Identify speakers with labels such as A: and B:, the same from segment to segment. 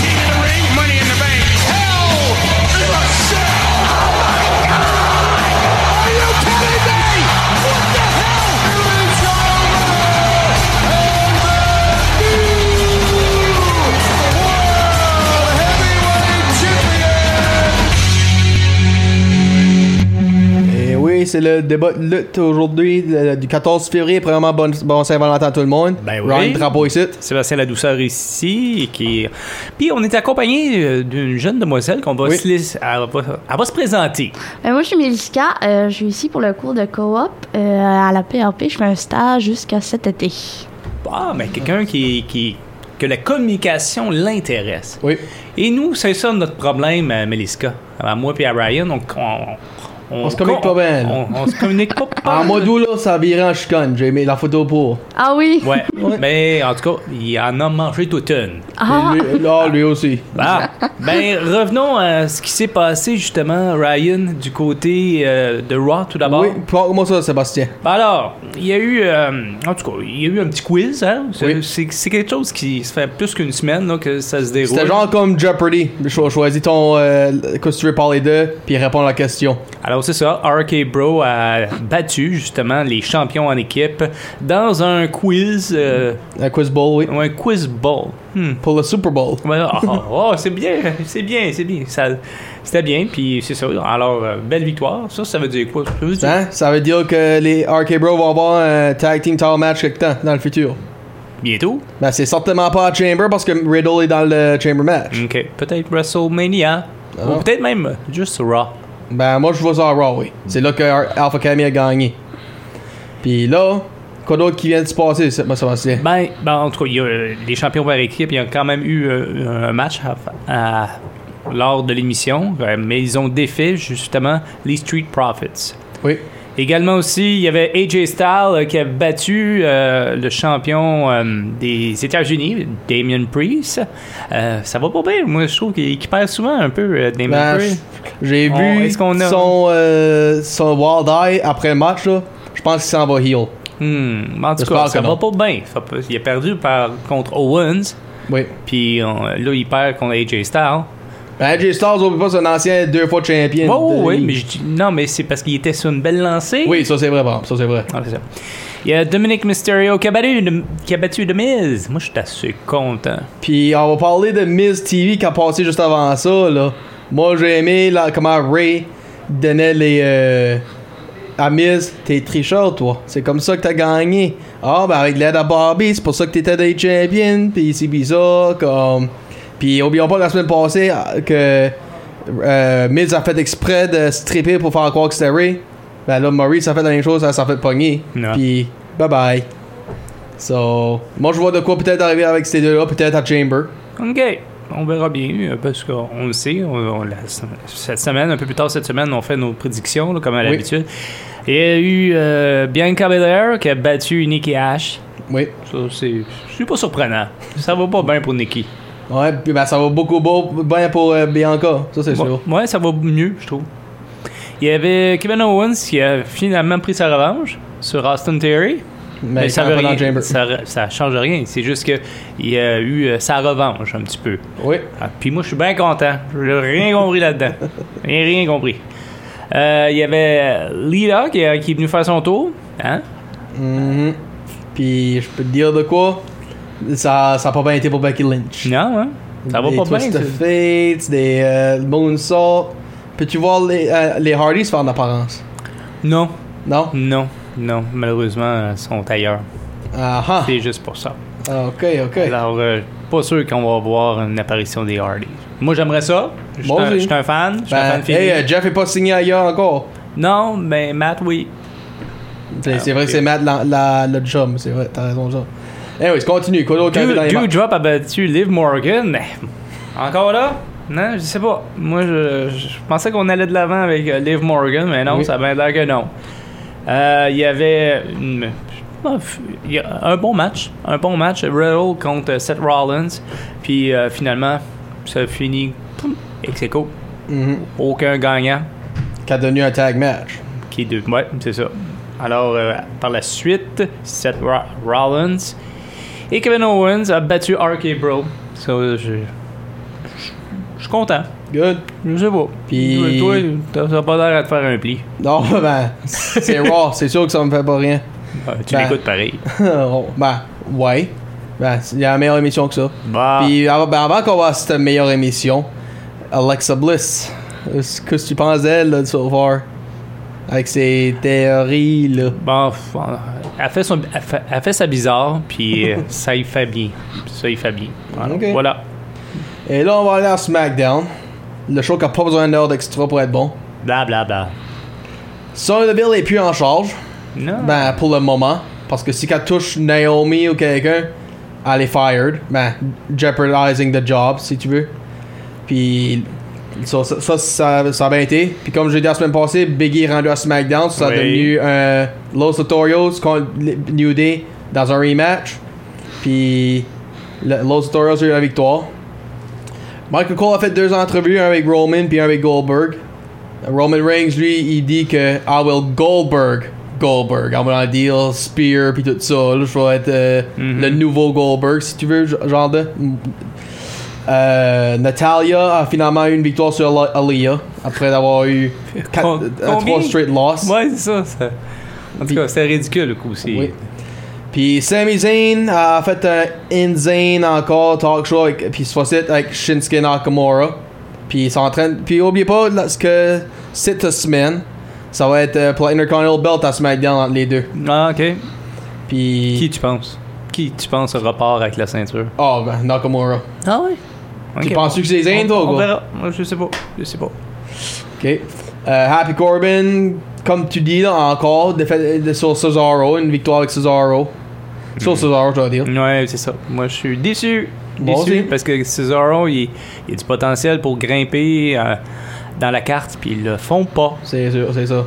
A: King of the Ring, Money in the Bank. Hell in a Cell. Are you kidding me? What the hell?
B: Et oui, c'est le débat de lutte aujourd'hui, le- le- du 14 février. Premièrement, bon, bon Saint-Valentin à tout le monde.
C: Ben oui.
B: Ryan Drapeau ici.
C: Sébastien Ladouceur ici. et Qui... Puis on est accompagné euh, d'une jeune demoiselle qu'on va,
B: Oui.
C: se laisser- elle, va, elle va se présenter.
D: Euh, moi, je suis Mélissa. euh, je suis ici pour le cours de coop euh, à la PRP. Je fais un stage jusqu'à cet été.
C: Ah, mais quelqu'un qui, qui- que la communication l'intéresse.
B: Oui.
C: Et nous, c'est ça notre problème, à Méliska. À moi et à Ryan, on, on,
B: On se communique pas bien, là. Ah,
C: On, on se communique pas
B: En
C: mal.
B: mode où, là, ça virait en chicane. J'ai aimé la photo pour.
D: Ah oui?
C: Ouais, mais en tout cas, il en a mangé toute une.
D: Ah,
B: Et Lui, là, lui aussi.
C: Ah, ben revenons à ce qui s'est passé justement, Ryan, du côté euh, de Raw tout d'abord.
B: Oui, parle-moi ça, Sébastien.
C: Ben Alors, il y a eu, euh, en tout cas, il y a eu un petit quiz. Hein? C'est,
B: Oui.
C: c'est- c'est quelque chose qui se fait plus qu'une semaine là, que ça se déroule.
B: C'était genre comme Jeopardy. Cho- Choisis ton. Euh, que tu veux parler de, puis réponds à la question.
C: Alors c'est ça, RK Bro a battu justement les champions en équipe dans un quiz, euh,
B: Un quiz bowl, oui.
C: un quiz ball. Hmm.
B: Pour le Super Bowl.
C: Ouais, oh, oh, oh, c'est bien, c'est bien, c'est bien. Ça, c'était bien, puis c'est ça. Alors, euh, belle victoire. Ça, ça veut dire quoi? Ça veut dire-
B: Hein? Ça veut dire que les RK Bro vont avoir un tag team title match quelque temps dans le futur.
C: Bientôt.
B: Ben, c'est certainement pas à Chamber parce que Riddle est dans le Chamber match.
C: OK. Peut-être WrestleMania.
B: Ah.
C: Ou peut-être même juste Raw.
B: Ben, moi, je vois ça à Raw, oui. C'est là que Ar- Alpha Academy a gagné. Puis là, quoi d'autre qui vient de se passer, c'est- moi, Sébastien?
C: Ben, ben, en tout cas, il y a, euh, les champions par équipe, il y a quand même eu euh, un match à- à- lors de l'émission, euh, mais ils ont défait justement les Street Profits.
B: Oui.
C: Également aussi, il y avait AJ Styles euh, qui a battu euh, le champion euh, des États-Unis, Damien Priest. Euh, ça va pas bien. Moi, je trouve qu'il qu'il perd souvent un peu, euh, Damien
B: Ben,
C: Priest.
B: j'ai
C: On-
B: vu
C: est-ce qu'on a-
B: son, euh, son Wild Eye après le match, là. Je pense qu'il s'en va heal.
C: Hmm, en tout
B: J'espère
C: cas,
B: que
C: ça va
B: non.
C: pas bien. Ça peut- Il a perdu par, contre Owens,
B: Oui.
C: puis on- là, il perd contre AJ Styles.
B: Ben, AJ Styles, oublie pas, c'est un ancien deux fois champion.
C: Oh,
B: de
C: oui,
B: ligue.
C: mais je dis- non, mais c'est parce qu'il était sur une belle lancée.
B: Oui, ça, c'est vrai, bon, ça, c'est vrai.
C: Ah, c'est ça. Il y a Dominic Mysterio qui a battu, de- qui a battu The Miz. Moi, je suis assez content.
B: Puis on va parler de Miss TV qui a passé juste avant ça. Là. Moi, j'ai aimé là, comment Ray donnait les. euh, à Miss, t'es tricheur, toi. C'est comme ça que t'as gagné. Ah, ben avec l'aide à Bobby, c'est pour ça que t'étais des champions. Puis c'est bizarre. Comme... Puis oublions pas la semaine passée ah, que euh, Miz a fait exprès de stripper pour faire croire que c'était Ray. Ben là, Maurice a fait la même chose, elle s'en fait pogner.
C: Ouais.
B: Puis bye bye. So, moi je vois de quoi peut-être arriver avec ces deux-là, peut-être à Chamber.
C: OK. On verra bien, euh, parce qu'on le sait, on- on- la- cette semaine, un peu plus tard cette semaine, on fait nos prédictions, là, comme à
B: Oui.
C: l'habitude. Il y a eu euh, Bianca Belair qui a battu Nikki Ash.
B: Oui.
C: Ça, c'est c'est pas surprenant. Ça va pas bien pour Nikki.
B: Ouais, puis ben ça va beaucoup beau, bien pour euh, Bianca, ça c'est
C: Bon,
B: sûr.
C: ouais, ça va mieux, je trouve. Il y avait Kevin Owens qui a finalement pris sa revanche sur Austin Theory.
B: Mais,
C: ça
B: ça
C: veut
B: va dans
C: rien-
B: Chamber.
C: Ça, ça change rien. C'est juste que il a eu euh, sa revanche un petit peu.
B: Oui.
C: Ah, Puis moi, je suis bien content. Je n'ai rien compris là-dedans. J'ai rien compris. Euh, Il y avait Lila qui, euh, qui est venue faire son tour. Hein?
B: Mhm. Puis je peux te dire de quoi ça, ça a pas bien été pour Becky Lynch.
C: Non, hein? Ça va
B: des
C: pas bien.
B: Twist
C: ça.
B: of Fate, des euh, Moonsault. Peux-tu voir les, euh, les Hardys faire en apparence
C: Non,
B: Non
C: non, non. Malheureusement, euh, ils sont ailleurs.
B: Ah ah.
C: C'est juste pour ça.
B: Ah, Ok, ok.
C: Alors, euh, pas sûr qu'on va voir une apparition des Hardy. Moi, j'aimerais ça. Je suis
B: Moi
C: un,
B: aussi.
C: je suis un fan. Je suis un
B: Ben,
C: fan fini.
B: hey, euh, Jeff est pas signé ailleurs encore.
C: Non, mais Matt, oui.
B: C'est c'est vrai
C: Ah, ok.
B: que c'est Matt la, la, le chum, c'est vrai, t'as raison, ça. Anyways, continue, quoi d'autre arrive dans les matchs?
C: Dewdrop a battu Liv Morgan. mais Encore là? Non, je sais pas. Moi, je, je pensais qu'on allait de l'avant avec euh, Liv Morgan, mais non,
B: Oui.
C: ça a bien l'air que non. Euh, Il y avait une- bah, f- il y a un bon match. Un bon match. Riddle contre euh, Seth Rollins. Puis euh, finalement, ça finit ex aequo.
B: Mm-hmm.
C: Aucun gagnant.
B: Qui a donné un tag match.
C: Qui est deux. Ouais, c'est ça. Alors, euh, par la suite, Seth Ro- Rollins et Kevin Owens a battu RK Bro. Ça, je, je, je suis content.
B: Good.
C: Je sais pas.
B: Puis-
C: Toi, toi, t'as pas l'air à te faire un pli.
B: Non, ben, c'est raw, c'est sûr que ça me fait pas rien.
C: Euh, tu
B: Ben.
C: l'écoutes pareil.
B: Oh, ben, ouais. Ben, il y a une meilleure émission que ça.
C: Bah.
B: Puis avant, ben, avant qu'on voit cette meilleure émission, Alexa Bliss, euh, ce- qu'est-ce que tu penses d'elle, là, so far? Avec ses théories, là.
C: Bon, bah, f- elle fait, son, elle fait, elle fait sa bizarre, puis euh, ça y fait bien. Ça y fait bien. Voilà.
B: Ok.
C: Voilà.
B: Et là, on va aller à SmackDown. Le show qui a pas besoin d'heure d'extra pour être bon.
C: Bla bla bla.
B: Sonya Deville est plus en charge.
C: Non.
B: Ben, pour le moment. Parce que si qu'elle touche Naomi ou quelqu'un, elle est fired. Ben, jeopardizing the job, si tu veux. Puis, ça, ça, ça, ça- ça a bien été. Puis, comme j'ai dit la semaine passée, Biggie est rendu à SmackDown. Ça a
C: Oui.
B: devenu euh, Los Otorios contre les- New Day dans un rematch. Puis, le- Los Otorios a eu la victoire. Michael Cole a fait deux entrevues, un avec Roman puis un avec Goldberg. Roman Reigns, lui, il dit que I will Goldberg. Goldberg, I'm gonna deal Spear puis tout ça. Là, je vais être euh,
C: Mhm.
B: le nouveau Goldberg, si tu veux, ge- genre de. mm, Euh, Natalia a finalement eu une victoire sur Ali- Aliyah après d'avoir eu
C: Con-
B: 3
C: combien?
B: straight loss.
C: Ouais, c'est ça, ça. En tout cas, c'est ridicule, le coup aussi.
B: Oui. Puis Sami Zayn a fait un Insane encore talk show avec, puis ce fois-ci avec Shinsuke Nakamura. Puis il s'entraîne. Puis oubliez pas là, ce que cette semaine, ça va être euh, pour l'Intercontinental Belt à SmackDown entre les deux.
C: Ah, ok.
B: Puis
C: Qui tu penses Qui tu penses repart avec la ceinture
B: oh ben, Nakamura.
C: Ah oui.
B: Tu penses-tu que c'est Zayn toi ou
C: On
B: quoi?
C: verra. Moi, je sais pas. Je sais pas.
B: Ok. Euh, Happy Corbin, comme tu dis là, encore défaite de- sur Cesaro, une victoire avec Cesaro. Sur
C: Mhm.
B: Cesaro, je dois dire.
C: Ouais, c'est ça. Moi, je suis déçu.
B: Moi
C: Déçu
B: aussi.
C: parce que Cesaro, il, il a du potentiel pour grimper euh, dans la carte, puis ils le font pas.
B: C'est sûr, c'est ça.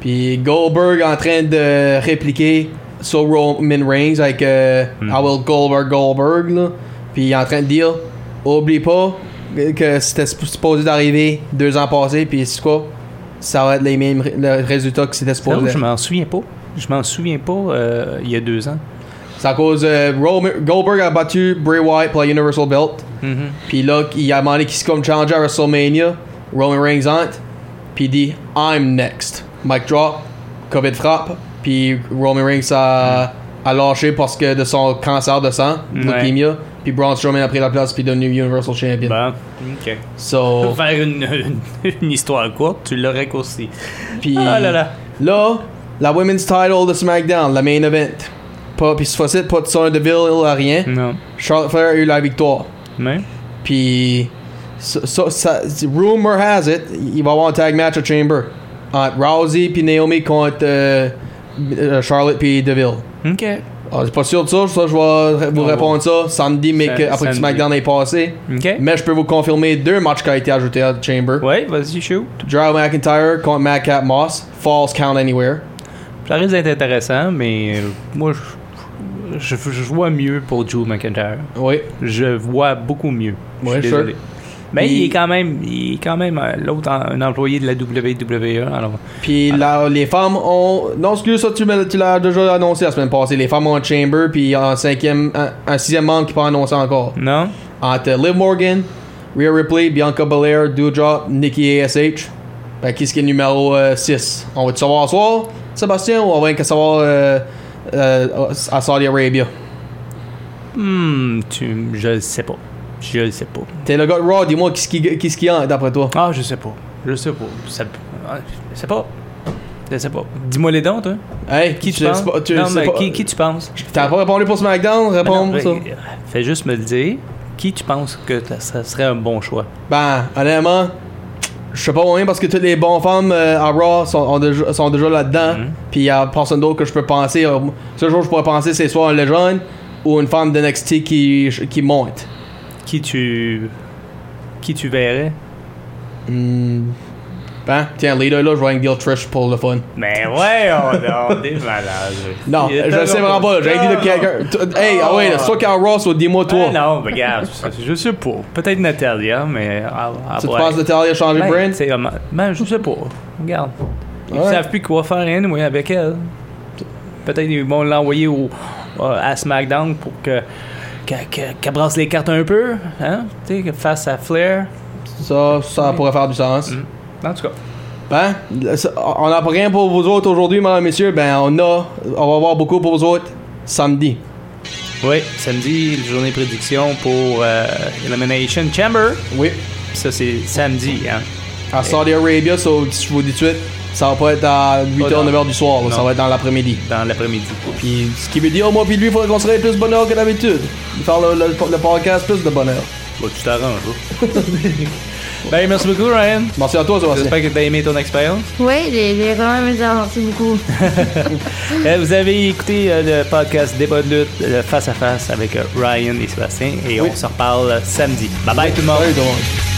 B: Puis Goldberg en train de répliquer sur Roman Reigns avec euh, I will Goldberg Goldberg. Là. Puis il est en train de dire Oublie pas que c'était supp- supposé d'arriver deux ans passés. Puis c'est quoi Ça va être les mêmes ré- le résultats que c'était
C: Non,
B: supposé.
C: je m'en souviens pas. Je m'en souviens pas euh, il y a deux ans.
B: C'est à cause euh, Roman- Goldberg a battu Bray Wyatt pour la Universal Belt.
C: Mhm.
B: Puis là, il a demandé qui se comme challenger à WrestleMania. Roman Reigns entre. Puis il dit I'm next. Mike drop. COVID frappe. Puis Roman Reigns a, a lâché parce que de son cancer de sang,
C: Ouais.
B: leukemia. Puis Braun Strowman a pris la place puis devenu Universal Champion.
C: Bon, ok.
B: So,
C: Pour faire une, une, une histoire courte, tu l'as raccourci.
B: puis
C: Ah là là.
B: Là, la Women's Title de SmackDown, la main event. Pas, puis ce fois-ci, pas de Sonya Deville, rien.
C: Non.
B: Charlotte Flair a eu la victoire.
C: Mais
B: Puis, ça, ça- ça- rumor has it, il va y avoir un tag match à Chamber. Entre Rousey puis Naomi contre euh, euh, Charlotte puis Deville.
C: Ok.
B: Ah, je suis pas sûr de ça, ça, je vais vous
C: Oh.
B: répondre ça samedi, mais
C: Sa-
B: que- après que
C: samedi.
B: SmackDown est passé.
C: Ok.
B: Mais je peux vous confirmer deux matchs qui ont été ajoutés à Chamber.
C: Ouais, vas-y, shoot.
B: Drew McIntyre contre Madcap Moss, Falls Count Anywhere.
C: Ça risque d'être intéressant, mais euh, moi, je, je, je vois mieux pour Drew McIntyre.
B: Oui.
C: Je vois beaucoup mieux. Je suis
B: Ouais,
C: désolé.
B: sure.
C: Mais il,
B: Il-
C: est quand même, il est quand même euh, l'autre en- un employé de la WWE. Alors,
B: Puis
C: Ah.
B: là, les femmes ont. Non, excuse ça, tu, me- tu l'as déjà annoncé la semaine passée. Les femmes ont un Chamber, puis un cinquième, un, un sixième membre qui peut annoncer encore.
C: non?
B: entre Liv Morgan, Rhea Ripley, Bianca Belair, Doudrop, Nikki ASH. Ben, qui est-ce qui est numéro 6 On va-tu savoir ce soir, Sébastien, ou on va rien savoir euh, euh, à Saudi Arabia
C: Hmm, tu, je le sais pas. Je le sais pas.
B: T'es le gars de Raw, dis-moi qui qui, qui, qui en est d'après toi.
C: Ah, je sais pas. Je sais pas. Ça- ah, je sais pas. Je sais pas. Dis-moi les dons, toi.
B: Hey,
C: Qui tu,
B: sais
C: penses?
B: pas- tu
C: non,
B: sais
C: mais
B: pas-
C: qui, qui tu penses?
B: T'as pas répondu pour SmackDown
C: Ben non,
B: Réponds
C: ben,
B: ça.
C: euh, Fais juste me le dire. Qui tu penses que t- ça serait un bon choix?
B: Ben, honnêtement, je sais pas moyen parce que toutes les bonnes femmes euh, à Raw sont, ont déjà- sont déjà là-dedans.
C: Mhm.
B: Puis il y a personne d'autre que je peux penser. Euh, Ce jour, je pourrais penser, c'est soit un légende ou une femme de NXT qui, qui monte.
C: Qui tu... Qui tu verrais?
B: Hein? Tiens, leader, là, je vais avec Gil Trish pour le fun.
C: Mais ouais, on, on est malade.
B: Non,
C: Il est
B: je sais
C: tellement
B: vraiment pas. J'ai dit de quelqu'un. Tu- Hey, ah ouais, là, soit qu'en Ross ou dis-moi
C: Ah
B: toi.
C: non, mais regarde, je sais pas. Peut-être Natalia, mais. Ah, ah,
B: Tu te
C: ouais.
B: penses que Talia a changé
C: Ben,
B: brand?
C: c'est comme- ben, je sais pas. Regarde. Ils
B: Ouais.
C: savent plus quoi faire anyway avec elle. Peut-être ils vont l'envoyer au, euh, à SmackDown pour que qu'elle qu'elle- qu'elle brasse les cartes un peu, hein? Tu sais, que face à Flair.
B: Ça, ça pourrait faire du sens.
C: Mhm. En tout cas.
B: Ben, le- ça- on n'a rien pour vous autres aujourd'hui, mesdames et messieurs. Ben, on a. On va voir beaucoup pour vous autres samedi.
C: Oui, samedi, journée prédiction pour euh, Elimination Chamber.
B: Oui.
C: Ça, c'est samedi, hein?
B: À Saudi Arabia, ça, je vous dis tout de suite, ça va pas être à 8h,
C: non.
B: 9h du soir. là. Ça
C: Non.
B: va être dans l'après-midi.
C: Dans l'après-midi.
B: Puis, ce qui veut dire, moi, puis lui, il faudrait qu'on se réveille plus bonheur que d'habitude. Faire le, le- le podcast plus de bonheur.
C: Bon, tu t'arranges, hein? ben, merci beaucoup, Ryan.
B: Merci à toi, Sébastien.
C: J'espère que t'as aimé ton expérience.
D: Oui, j'ai j'ai vraiment aimé ça, merci beaucoup.
C: Euh, Vous avez écouté euh, le podcast Débat de lutte euh, face à face avec euh, Ryan et Sébastien et on se reparle euh, samedi. Bye bye tout le monde.
B: Salut, tout le monde.